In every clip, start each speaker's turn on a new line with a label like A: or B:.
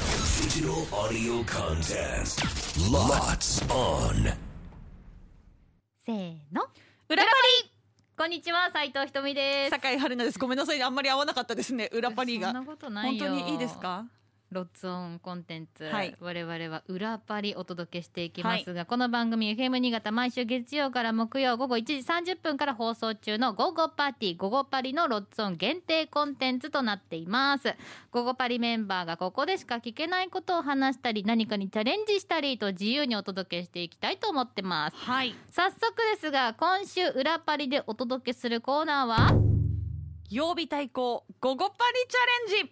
A: Digital audio contest. Lots on.
B: せーの
C: 裏パリこんにちは斉藤ひとみです
D: 酒井春菜です。ごめんなさい、あんまり合わなかったですね。裏パリ
C: そん
D: が
C: な。ことない
D: 本
C: よ
D: 当にいいですか。
C: ロッツオンコンテンツ、
D: はい
C: 我々は裏パリお届けしていきますが、この番組 FM 新潟毎週月曜から木曜午後1時30分から放送中の午後パーティー午後パリのロッツオン限定コンテンツとなっています午後パリメンバーがここでしか聞けないことを話したり何かにチャレンジしたりと自由にお届けしていきたいと思ってます
D: はい。
C: 早速ですが今週裏パリでお届けするコーナーは
D: 曜日対抗午後パリチャレンジ。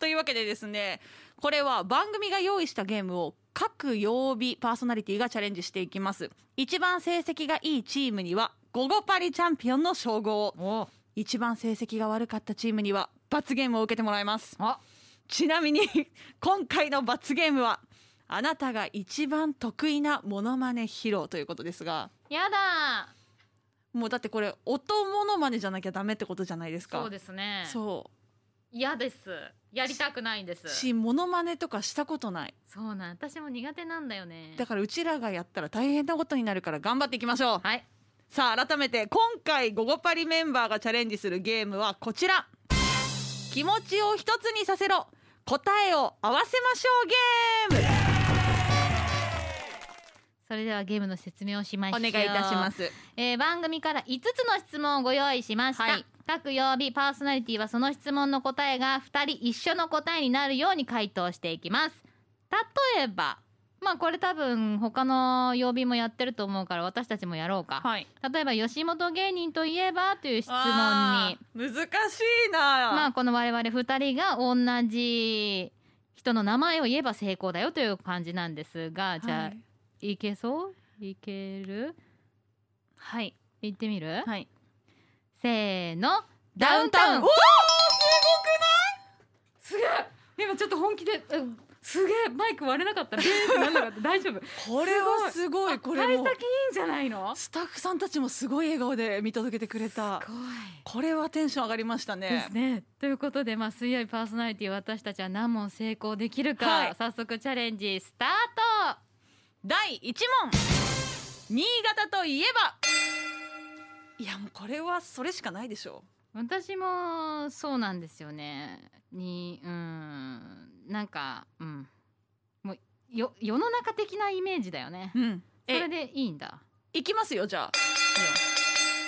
D: というわけでですね、これは番組が用意したゲームを各曜日パーソナリティがチャレンジしていきます。一番成績がいいチームには午後パリチャンピオンの称号を、
C: お
D: 一番成績が悪かったチームには罰ゲームを受けてもらいます。
C: あ
D: ちなみに 今回の罰ゲームはあなたが一番得意なモノマネ披露ということですが
C: やだ
D: もうだってこれ音モノマネじゃなきゃダメってことじゃないですか
C: そうですね
D: そ
C: 嫌ですやりたくないんです
D: うしモノマネとかしたことない
C: そうなん私も苦手なんだよね
D: だからうちらがやったら大変なことになるから頑張っていきましょう、
C: はい
D: さあ改めて今回「ゴゴパリ」メンバーがチャレンジするゲームはこちら気持ちを一つにさせろ答えを合わせましょうゲーム
C: それではゲームの説明をしま
D: お
C: しょう、
D: 願いいたしますす
C: えー番組から5つの質問をご用意しました、
D: はい
C: 各曜日パーソナリティはその質問の答えが2人一緒の答えになるように回答していきます例えばまあこれ多分他の曜日もやってると思うから私たちもやろうか、
D: はい
C: 例えば吉本芸人といえばという質問に
D: に難しいな、
C: まあこの我々2人が同じ人の名前を言えば成功だよという感じなんですがじゃあ、、
D: はい
C: けそういける
D: はい
C: いってみる、
D: はい
C: せーのダウンタウン
D: おー
C: すげえ今ちょっと本気で、うんすげえマイク割れなか ったベーってなんなかった大丈夫
D: これはすごいこれもう
C: いいんじゃないの
D: スタッフさんたちもすごい笑顔で見届けてくれ
C: 怖
D: た
C: い
D: これはテンション上がりましたね
C: ですね。ということで、まあ、水曜日パーソナリティ私たちは何問成功できるか、
D: はい
C: 早速チャレンジスタート
D: 第1問新潟といえばいやもうこれはそれしかないでしょ
C: 私もそうなんですよねにうんなんかうんもうよ世の中的なイメージだよね
D: ううん
C: それ
D: え
C: でいいんだ
D: いきますよじゃあ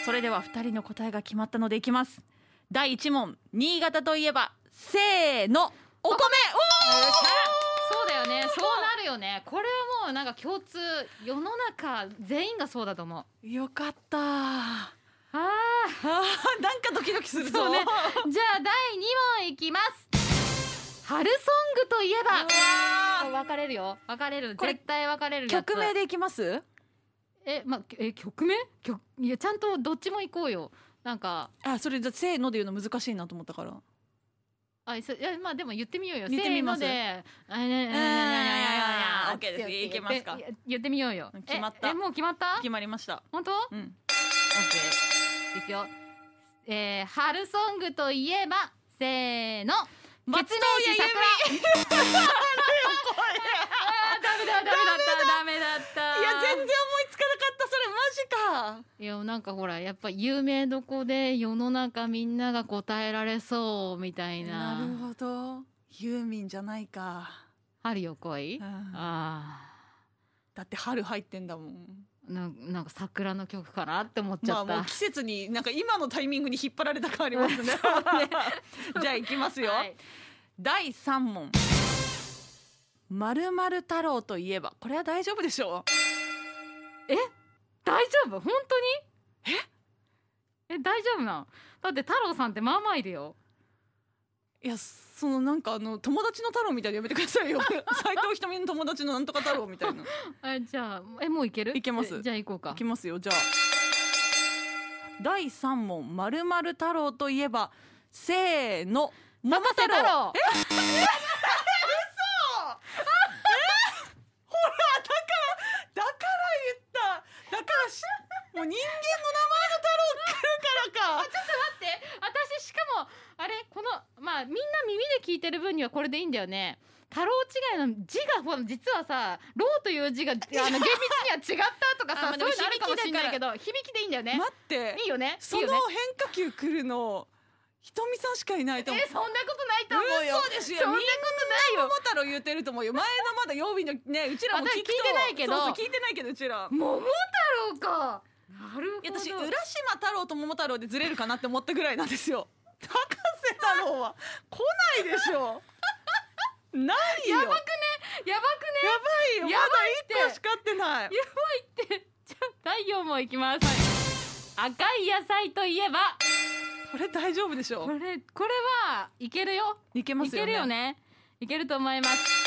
D: それでは2人の答えが決まったのでいきます第1問新潟といえばせーのお米
C: そうだよねそうなるよねこれはもうなんか共通世の中全員がそうだと思う
D: おーよかった
C: あ
D: あーなんかドキドキするぞ
C: そうねー じゃあ第2問いきます春ソングといえばこれ分かれるよ分かれる
D: これ
C: 絶対分かれるやつ
D: 曲名でいきます
C: え,、ま、え曲名曲いやちゃんとどっちも行こうよなんか
D: あそれじゃせーので言うの難しいなと思ったから
C: あ、そいやまあでも言ってみようよ。
D: 言ってみます
C: せーので、あねねねねねねね
D: オッケーです
C: って
D: いけますか
C: 言って言ってみようよ。
D: 決まった
C: ええもう決まった？
D: 決まりました
C: 本当？オッ
D: うん
C: ケー。いくよ。えー、春ソングといえばせーの。
D: 松任谷由実
C: 実桜。あーダメだダメだったダメだった。
D: いや全然思いつかなかったそれマジか
C: いやなんかほらやっぱ有名どこで世の中みんなが答えられそうみたいな。
D: なるほどユーミンじゃないか、
C: 春よ来い。
D: だ
C: ああ。
D: って春入ってんだもん
C: ななんか桜の曲かなって思っち
D: ま
C: ゃ
D: あ
C: った、
D: もう季節になんか今のタイミングに引っ張られた感ありますね じゃあいきますよ、
C: はい
D: 第3問まるまる太郎といえばこれは大丈夫でしょ
C: 大丈夫本当にええ大丈夫なんだって太郎さんってまあまあいるよ
D: ういやそのなんかあの友達の太郎みたいなのやめてくださ いよ斉藤ひとみの友達のなんとか太郎みたいな
C: えじゃあえもういける
D: いけます
C: えじゃあ行こうか
D: いきますよじゃあ第三問まるまる太郎といえばせーの桃太郎
C: 太郎え
D: だから言っただからしもう人間の名前の太郎来るからか
C: 待って私しかもあれこのまあみんな耳で聞いてる分にはこれでいいんだよね太郎違いの字がほら実はさ「ろう」という字があの厳密には違ったとか
D: あ
C: さ
D: まあで
C: そうい
D: も
C: うのあるかもしれない
D: 響
C: けど響き
D: き
C: でいいんだよね
D: 待って
C: いいよねい
D: そ
C: い
D: の
C: よね
D: 変化球来るのひとみさんしかいないと
C: え
D: 思う
C: そんなことないと思うよ
D: 嘘でしょ
C: そんなこ
D: みんな
C: とないよ
D: 桃太郎言ってると思うよ前のまだ曜日のねうちらも聞
C: 私聞
D: くと
C: いてないけど
D: そうそう聞いてないけどうちら
C: 桃太郎かなるほ
D: い
C: ど
D: や私浦島太郎と桃太郎でずれるかなって思ったぐらいなんですよ博士太郎は来ないでしょないよやば
C: やば
D: いよ
C: やば
D: まだ1個しか合ってない
C: く ねってじゃあ第4問いきます、赤い野菜といえば
D: これ大丈夫でしょ
C: これこれはいけるよ
D: いけま
C: い
D: すよね
C: けるよねいけると思います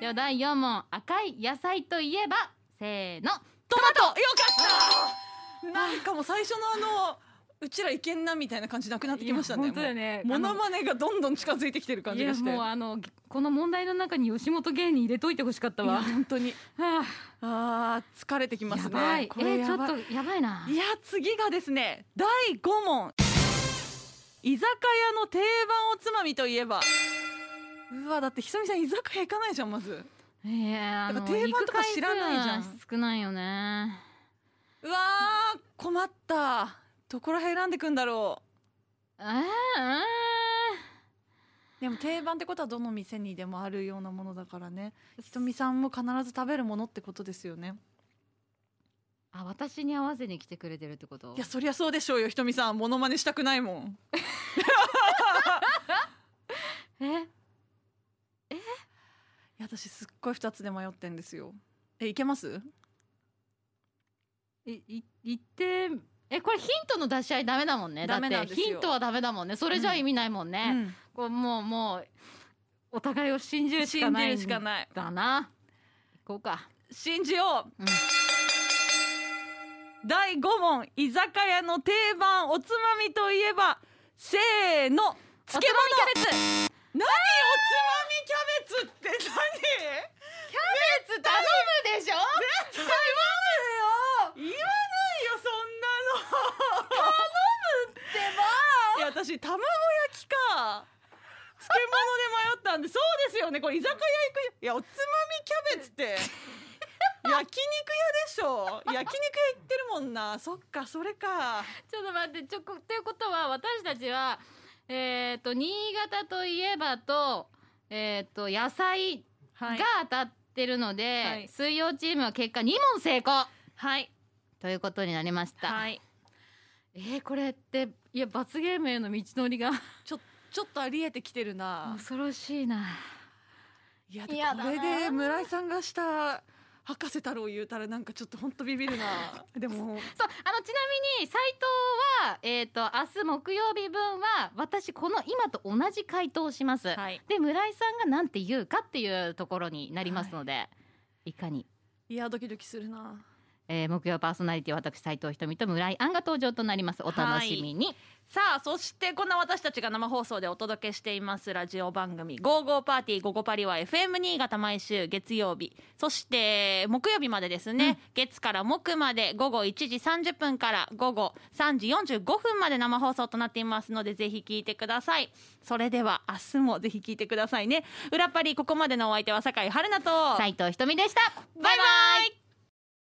C: では第4問赤い野菜といえばせーの
D: トマトよかったなんかもう最初のあのうちらいけんなみたいな感じなくなってきましたね
C: いや本当だよね
D: もうモノマネがどんどん近づいてきてる感
C: い
D: じ
C: や
D: がして
C: もうあのこの問題の中に吉本芸人入れといてほしかったわ、
D: いや本当に
C: は
D: あー疲れてき
C: あ
D: ます
C: や
D: ね
C: ばい
D: こ
C: え
D: れ
C: ちょっ
D: やばい
C: とやばいない
D: や次がですね第5問居酒屋の定番おつまみといえばうわだってひさみさん居酒屋行かないじゃんまず
C: えー、あの
D: だから定番とか知らないじゃ
C: 行く回
D: ん
C: 数は少ないよね
D: うわー困ったどこら辺選んでくんだろ
C: えー、え
D: うでも定番ってことはどの店にでもあるようなものだからねひとみさんも必ず食べるものってことですよね
C: ーあ私に合わせに来てくれてるってこと
D: いやそりゃそうでしょうよひとみさんモノマネしたくないもん
C: え
D: いや私すっごい2つで迷ってんですよえいけます
C: いい言ってえこれヒントの出し合いダメだもんねだ
D: ダメな
C: っ
D: ん
C: て
D: ですよ
C: ヒントはダメだもんねそれじゃ意味ないもんね、
D: うん
C: こうもうもうお互いを信じるしかない
D: 信じるしかない
C: だな行こうか、
D: 信じよう
C: うん、
D: 第5問居酒屋の定番おつまみといえばせーの漬物キャベツ何おつまみキャベツって何キャベツ
C: 頼むでしょ
D: 絶対頼むよ言わないよそんなの頼むってばいや私卵焼きか漬物で迷ったんでそうですよねこれ居酒屋行くいやおつまみキャベツ って焼肉屋でしょ焼肉屋行ってるもんなそっかそれか
C: ちょっと待ってちょこっていうことは私たちはえっ、と新潟といえばとえっ、と野菜
D: は
C: が当たってるので、
D: はい
C: 水曜チームは結果2問成功
D: はい
C: ということになりました、
D: はい
C: えー、これっていや罰ゲームへの道のり が
D: ちょちょっとありえてきてるな
C: 恐ろしいない
D: や
C: いや
D: こ
C: だな
D: れで村井さんがした博士太郎言うたらなんかちょっと本当ビビるなでも
C: そうあのちなみに斉藤はえっ、と明日木曜日分は私この今と同じ回答をします、
D: はい
C: で村井さんが何て言うかっていうところになりますので、い、かに、
D: いやドキドキするな
C: えー木曜パーソナリティ私斉藤ひとみと村井杏が登場となりますお楽しみに、
D: さあそしてこんな私たちが生放送でお届けしていますラジオ番組「ゴーゴーパーティーゴゴパリ」は FM 新潟毎週月曜日そして木曜日までですね、月から木まで午後1時30分から午後3時45分まで生放送となっていますのでぜひ聞いてくださいそれでは明日もぜひ聞いてくださいね裏パリここまでのお相手は酒井春菜と
C: 斉藤ひとみでした
D: バイバイ